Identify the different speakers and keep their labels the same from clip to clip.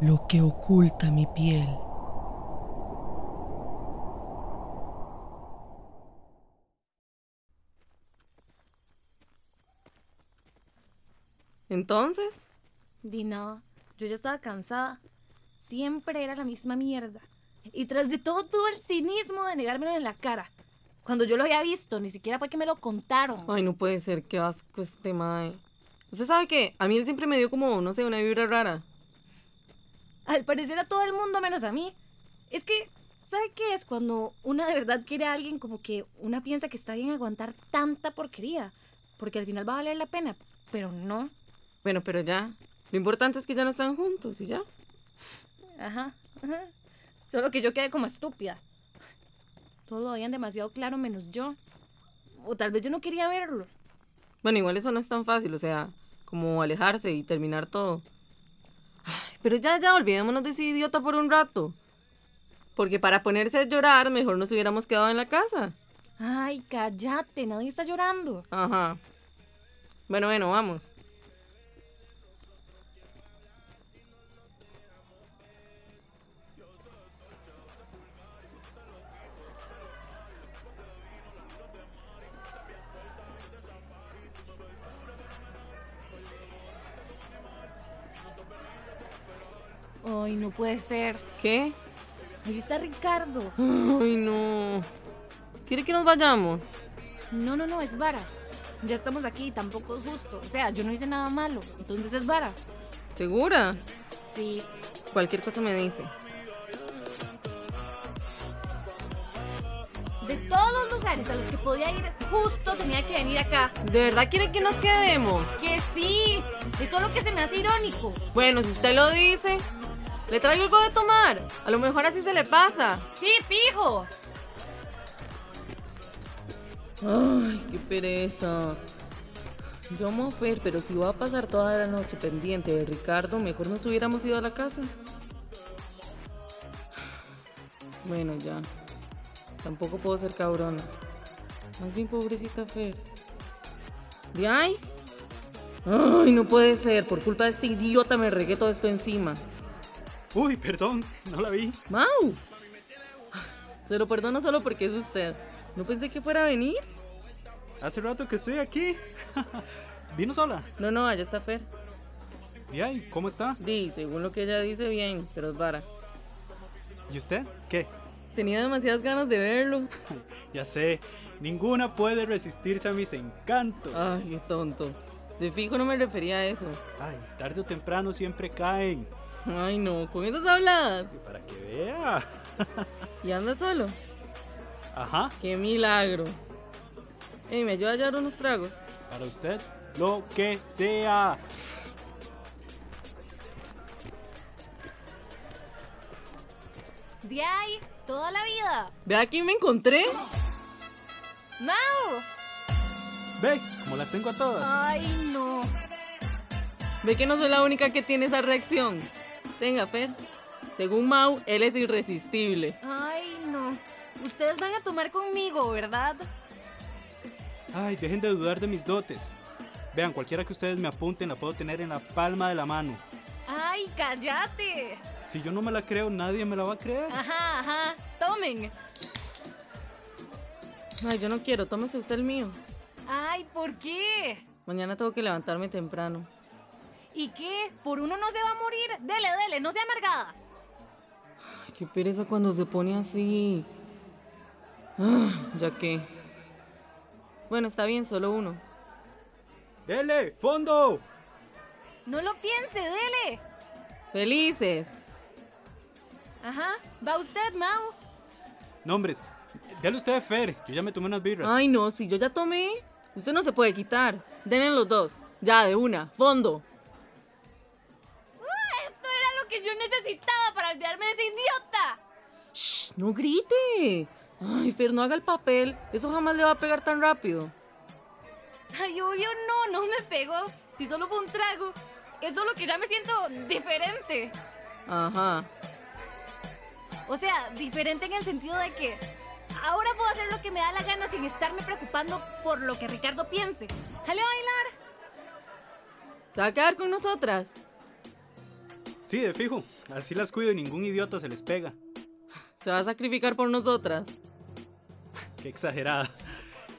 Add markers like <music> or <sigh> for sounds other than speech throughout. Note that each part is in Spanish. Speaker 1: lo que oculta mi piel.
Speaker 2: Entonces,
Speaker 3: De nada, yo ya estaba cansada. Siempre era la misma mierda. Y tras de todo, todo el cinismo de negármelo en la cara. Cuando yo lo había visto, ni siquiera fue que me lo contaron.
Speaker 2: ay, no puede ser, qué asco este mae. Usted sabe que a mí él siempre me dio como, no sé, una vibra rara.
Speaker 3: Al parecer a todo el mundo menos a mí. Es que, ¿sabe qué es? Cuando una de verdad quiere a alguien, como que una piensa que está bien aguantar tanta porquería. Porque al final va a valer la pena. Pero no.
Speaker 2: Bueno, pero ya. Lo importante es que ya no están juntos y ya.
Speaker 3: Ajá, ajá. Solo que yo quedé como estúpida. Todo lo veían demasiado claro menos yo. O tal vez yo no quería verlo.
Speaker 2: Bueno, igual eso no es tan fácil, o sea, como alejarse y terminar todo. Ay, pero ya, ya, olvidémonos de ese idiota por un rato. Porque para ponerse a llorar, mejor nos hubiéramos quedado en la casa.
Speaker 3: Ay, cállate, nadie está llorando.
Speaker 2: Ajá. Bueno, bueno, vamos.
Speaker 3: Ay, no puede ser.
Speaker 2: ¿Qué?
Speaker 3: Ahí está Ricardo.
Speaker 2: Ay, no. ¿Quiere que nos vayamos?
Speaker 3: No, no, no, es vara. Ya estamos aquí, tampoco es justo. O sea, yo no hice nada malo. Entonces es vara.
Speaker 2: ¿Segura?
Speaker 3: Sí,
Speaker 2: Cualquier cosa me dice.
Speaker 3: de todos los lugares a los que podía ir, justo tenía que venir acá.
Speaker 2: ¿De verdad quiere que nos quedemos?
Speaker 3: Que sí, es solo que se me hace irónico.
Speaker 2: Bueno, si usted lo dice, le traigo algo de tomar. A lo mejor así se le pasa.
Speaker 3: Sí, pijo.
Speaker 2: Ay, qué pereza. Yo amo a Fer, pero si va a pasar toda la noche pendiente de Ricardo, mejor nos hubiéramos ido a la casa. Bueno, ya. Tampoco puedo ser cabrona. Más bien pobrecita Fer. ¿De ahí? Ay, no puede ser. Por culpa de este idiota me regué todo esto encima.
Speaker 4: Uy, perdón, <laughs> no la vi.
Speaker 2: ¡Mau! Se lo perdono solo porque es usted. No pensé que fuera a venir.
Speaker 4: Hace rato que estoy aquí. <laughs> Vino sola.
Speaker 2: No, no, allá está Fer.
Speaker 4: ¿Y ahí? ¿Cómo está?
Speaker 2: Di, según lo que ella dice, bien, pero es vara.
Speaker 4: ¿Y usted? ¿Qué?
Speaker 2: Tenía demasiadas ganas de verlo.
Speaker 4: Ya sé, ninguna puede resistirse a mis encantos.
Speaker 2: Ay, qué tonto. De fijo no me refería a eso.
Speaker 4: Ay, tarde o temprano siempre caen.
Speaker 2: Ay, no, con esas habladas.
Speaker 4: Y para que vea.
Speaker 2: ¿Y anda solo?
Speaker 4: Ajá,
Speaker 2: ¡Qué milagro! Ey, ¿me ayuda a llevar unos tragos?
Speaker 4: para usted, lo que sea.
Speaker 3: De ahí, toda la vida.
Speaker 2: Vea quién me encontré.
Speaker 3: ¡Mau!
Speaker 4: Ve, como las tengo a todas.
Speaker 3: Ay, no.
Speaker 2: Ve que no soy la única que tiene esa reacción. Tenga, Fer. Según Mau, él es irresistible.
Speaker 3: Ay, no. Ustedes van a tomar conmigo, ¿verdad?
Speaker 4: Ay, dejen de dudar de mis dotes. Vean, cualquiera que ustedes me apunten la puedo tener en la palma de la mano.
Speaker 3: Ay, cállate.
Speaker 4: Si yo no me la creo, nadie me la va a creer.
Speaker 3: Ajá, ajá. Tomen.
Speaker 2: Ay, yo no quiero, tómese usted el mío.
Speaker 3: Ay, ¿por qué?
Speaker 2: Mañana tengo que levantarme temprano.
Speaker 3: ¿Y qué? Por uno no se va a morir. Dele, dele, no sea amargada.
Speaker 2: Ay, qué pereza cuando se pone así. Ah, ya que. Bueno, está bien, solo uno.
Speaker 4: ¡Dele! ¡Fondo!
Speaker 3: No lo piense, dele.
Speaker 2: ¡Felices!
Speaker 3: Ajá. Va usted, Mau.
Speaker 4: Nombres. Dale usted a Fer. Yo ya me tomé unas birras.
Speaker 2: Ay, no, si yo ya tomé. Usted no se puede quitar. Denle los dos. Ya, de una. Fondo.
Speaker 3: Esto era lo que yo necesitaba para olvidarme de ese idiota.
Speaker 2: ¡Shh! ¡No grite! Ay, Fer, no haga el papel. Eso jamás le va a pegar tan rápido.
Speaker 3: Ay, obvio no, no me pegó. Si solo fue un trago. Es solo que ya me siento diferente.
Speaker 2: Ajá.
Speaker 3: O sea, diferente en el sentido de que ahora puedo hacer lo que me da la gana sin estarme preocupando por lo que Ricardo piense. ¡Jale a bailar!
Speaker 2: ¿Se va a quedar con nosotras?
Speaker 4: Sí, de fijo. Así las cuido y ningún idiota se les pega.
Speaker 2: Se va a sacrificar por nosotras.
Speaker 4: Qué exagerada.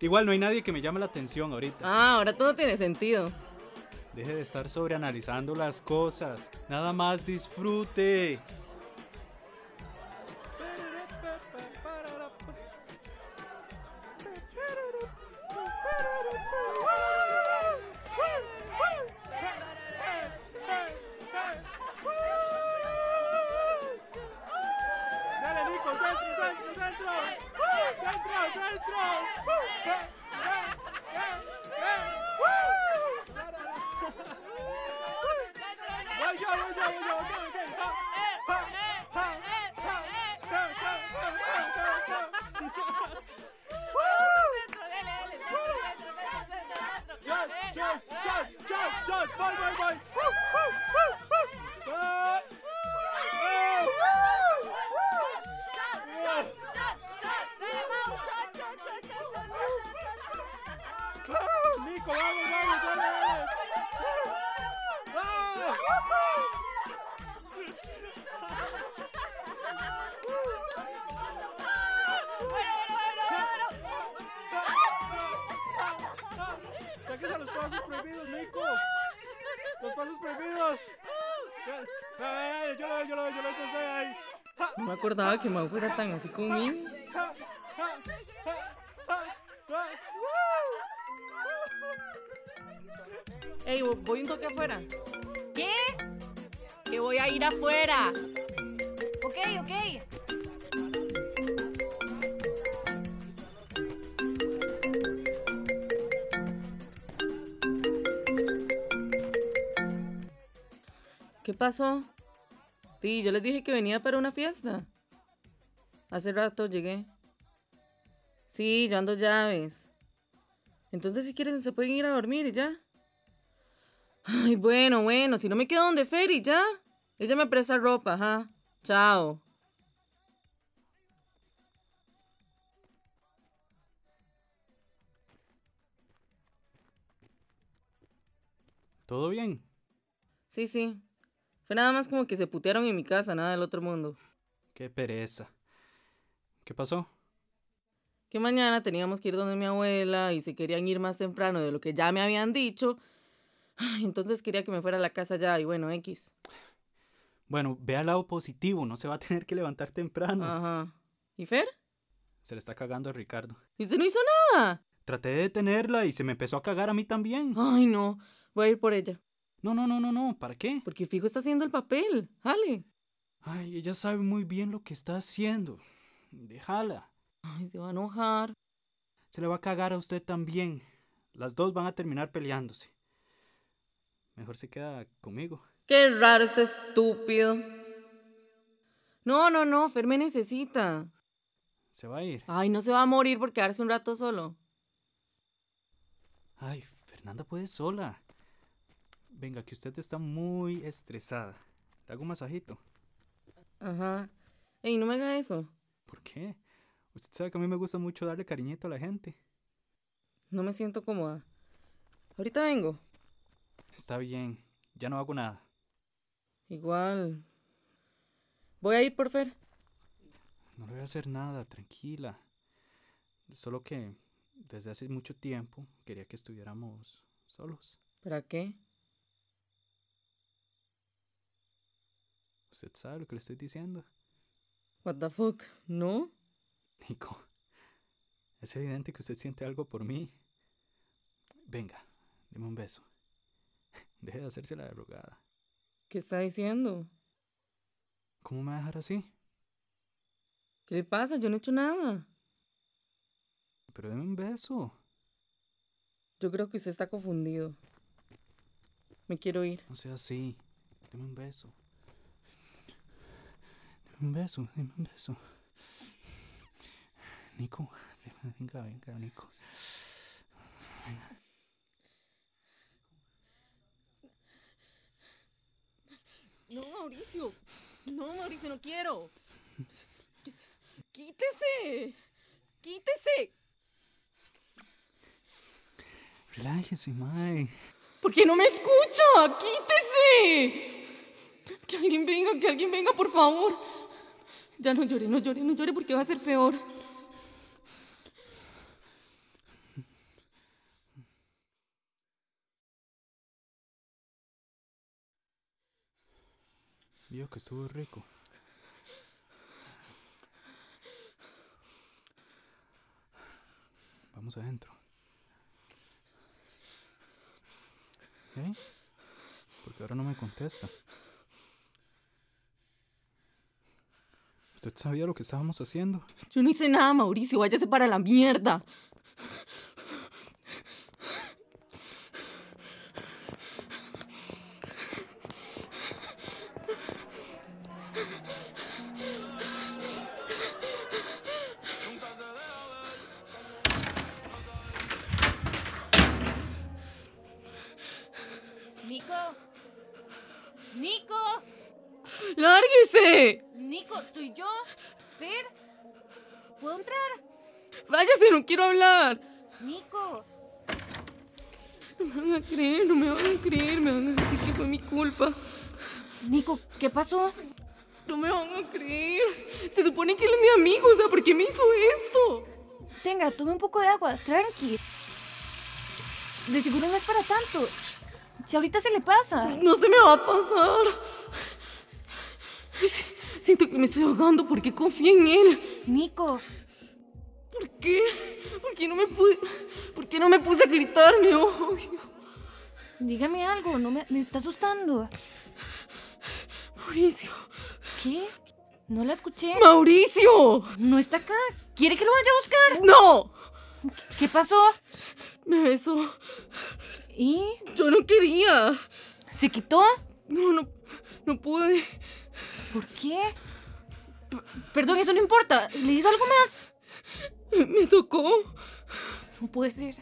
Speaker 4: Igual no hay nadie que me llame la atención ahorita.
Speaker 2: Ah, ahora todo tiene sentido.
Speaker 4: Deje de estar sobreanalizando las cosas. Nada más disfrute.
Speaker 5: Dale, Nico, centro, centro, centro. Centro, centro. Eh, eh, eh, eh. Voy yo, voy yo, voy yo, ok, ok, ja, ja, ja, ja, ja, ja, ja, ja. Chot, chot, chot, chot, chot. Voy, voy, voy. Eh. Nico, vamos, vamos, vamos. vamos. ¡Sáquense a los pasos prohibidos, Nico! ¡Los pasos prohibidos! Ve, ve, ve, Yo lo veo, yo lo veo, yo lo veo, ahí. Ja,
Speaker 2: No me acordaba que Mau fuera tan así conmigo.
Speaker 5: ja, ja, ja, ja, ja.
Speaker 2: Ey, vo- voy un toque afuera.
Speaker 3: ¿Qué?
Speaker 2: Que voy a ir afuera.
Speaker 3: Ok, ok.
Speaker 2: ¿Qué pasó? Sí, yo les dije que venía para una fiesta. Hace rato llegué. Sí, yo ando llaves. Entonces, si quieren, se pueden ir a dormir y ya. Ay, bueno, bueno, si no me quedo donde Ferry, ya. Ella me presta ropa, ajá. Chao.
Speaker 4: ¿Todo bien?
Speaker 2: Sí, sí. Fue nada más como que se putearon en mi casa, nada del otro mundo.
Speaker 4: Qué pereza. ¿Qué pasó?
Speaker 2: Que mañana teníamos que ir donde mi abuela y se querían ir más temprano de lo que ya me habían dicho. Ay, entonces quería que me fuera a la casa ya y bueno, X.
Speaker 4: Bueno, ve al lado positivo, no se va a tener que levantar temprano.
Speaker 2: Ajá. ¿Y Fer?
Speaker 4: Se le está cagando a Ricardo.
Speaker 2: ¿Y usted no hizo nada?
Speaker 4: Traté de detenerla y se me empezó a cagar a mí también.
Speaker 2: Ay, no. Voy a ir por ella.
Speaker 4: No, no, no, no, no, ¿para qué?
Speaker 2: Porque Fijo está haciendo el papel. Jale.
Speaker 4: Ay, ella sabe muy bien lo que está haciendo. Déjala.
Speaker 2: Ay, se va a enojar.
Speaker 4: Se le va a cagar a usted también. Las dos van a terminar peleándose. Mejor se queda conmigo.
Speaker 2: Qué raro este estúpido. No, no, no. Fer me necesita.
Speaker 4: Se va a ir.
Speaker 2: Ay, no se va a morir por quedarse un rato solo.
Speaker 4: Ay, Fernanda puede sola. Venga, que usted está muy estresada. Le hago un masajito.
Speaker 2: Ajá. Ey, no me haga eso.
Speaker 4: ¿Por qué? Usted sabe que a mí me gusta mucho darle cariñito a la gente.
Speaker 2: No me siento cómoda. Ahorita vengo.
Speaker 4: Está bien, ya no hago nada.
Speaker 2: Igual. Voy a ir por Fer.
Speaker 4: No le voy a hacer nada, tranquila. Solo que desde hace mucho tiempo quería que estuviéramos solos.
Speaker 2: ¿Para qué?
Speaker 4: Usted sabe lo que le estoy diciendo.
Speaker 2: What the fuck? ¿No?
Speaker 4: <laughs> Nico, es evidente que usted siente algo por mí. Venga, deme un beso. <laughs> Deje de hacerse la derogada.
Speaker 2: ¿Qué está diciendo?
Speaker 4: ¿Cómo me va a dejar así?
Speaker 2: ¿Qué le pasa? Yo no he hecho nada.
Speaker 4: Pero deme un beso.
Speaker 2: Yo creo que usted está confundido. Me quiero ir.
Speaker 4: No sea así. Deme un beso. Deme un beso, deme un beso. Nico, <laughs> venga, venga, Nico.
Speaker 2: No, Mauricio. No, Mauricio, no quiero. Quítese. Quítese.
Speaker 4: Relájese, mae.
Speaker 2: ¿Por qué no me escucha? Quítese. Que alguien venga, que alguien venga, por favor. Ya no llore, no llore, no llore porque va a ser peor.
Speaker 4: Vio que estuvo rico. Vamos adentro. ¿Eh? Porque ahora no me contesta. ¿Usted sabía lo que estábamos haciendo?
Speaker 2: Yo no hice nada, Mauricio. Váyase para la mierda.
Speaker 3: Nico. Nico.
Speaker 2: ¡Lárguese!
Speaker 3: Nico, soy yo. Fer. ¿Puedo entrar?
Speaker 2: Váyase, no quiero hablar.
Speaker 3: Nico.
Speaker 2: No me van a creer, no me van a creer. Me van a decir que fue mi culpa.
Speaker 3: Nico, ¿qué pasó?
Speaker 2: No me van a creer. Se supone que él es mi amigo. O sea, ¿por qué me hizo esto?
Speaker 3: Tenga, tome un poco de agua, tranqui. De seguro no es para tanto. Si ahorita se le pasa.
Speaker 2: No se me va a pasar. Siento que me estoy ahogando. ¿Por qué confié en él?
Speaker 3: Nico,
Speaker 2: ¿Por qué? ¿Por qué no me pude? ¿Por qué no me puse a gritar? Me odio.
Speaker 3: dígame algo, no me, me está asustando.
Speaker 2: Mauricio.
Speaker 3: ¿Qué? No la escuché.
Speaker 2: ¡Mauricio!
Speaker 3: No está acá. ¿Quiere que lo vaya a buscar?
Speaker 2: ¡No!
Speaker 3: ¿Qué pasó?
Speaker 2: Me besó.
Speaker 3: ¿Y?
Speaker 2: Yo no quería.
Speaker 3: ¿Se quitó?
Speaker 2: No, no, no pude.
Speaker 3: ¿Por qué? P- perdón, eso no importa. ¿Le hizo algo más?
Speaker 2: Me tocó.
Speaker 3: No puede ser.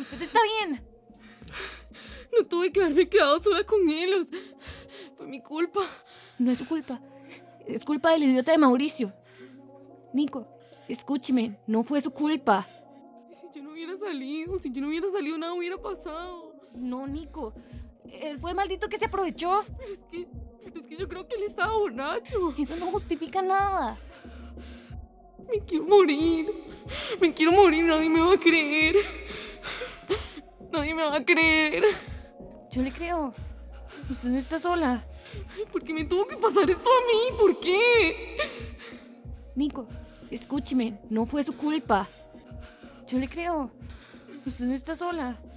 Speaker 3: Usted está bien.
Speaker 2: No tuve que haberme quedado sola con él. o sea, Fue mi culpa.
Speaker 3: No es su culpa. Es culpa del idiota de Mauricio. Nico, escúcheme, no fue su culpa.
Speaker 2: Si yo no hubiera salido, si yo no hubiera salido, nada hubiera pasado.
Speaker 3: No, Nico. Él fue el maldito que se aprovechó.
Speaker 2: Pero es que, pero es que yo creo que él estaba borracho.
Speaker 3: Eso no justifica nada.
Speaker 2: Me quiero morir. Me quiero morir. Nadie me va a creer. Nadie me va a creer.
Speaker 3: Yo le creo. Usted no está sola.
Speaker 2: ¿Por qué me tuvo que pasar esto a mí? ¿Por qué?
Speaker 3: Nico, escúcheme, no fue su culpa. Yo le creo. Usted no está sola.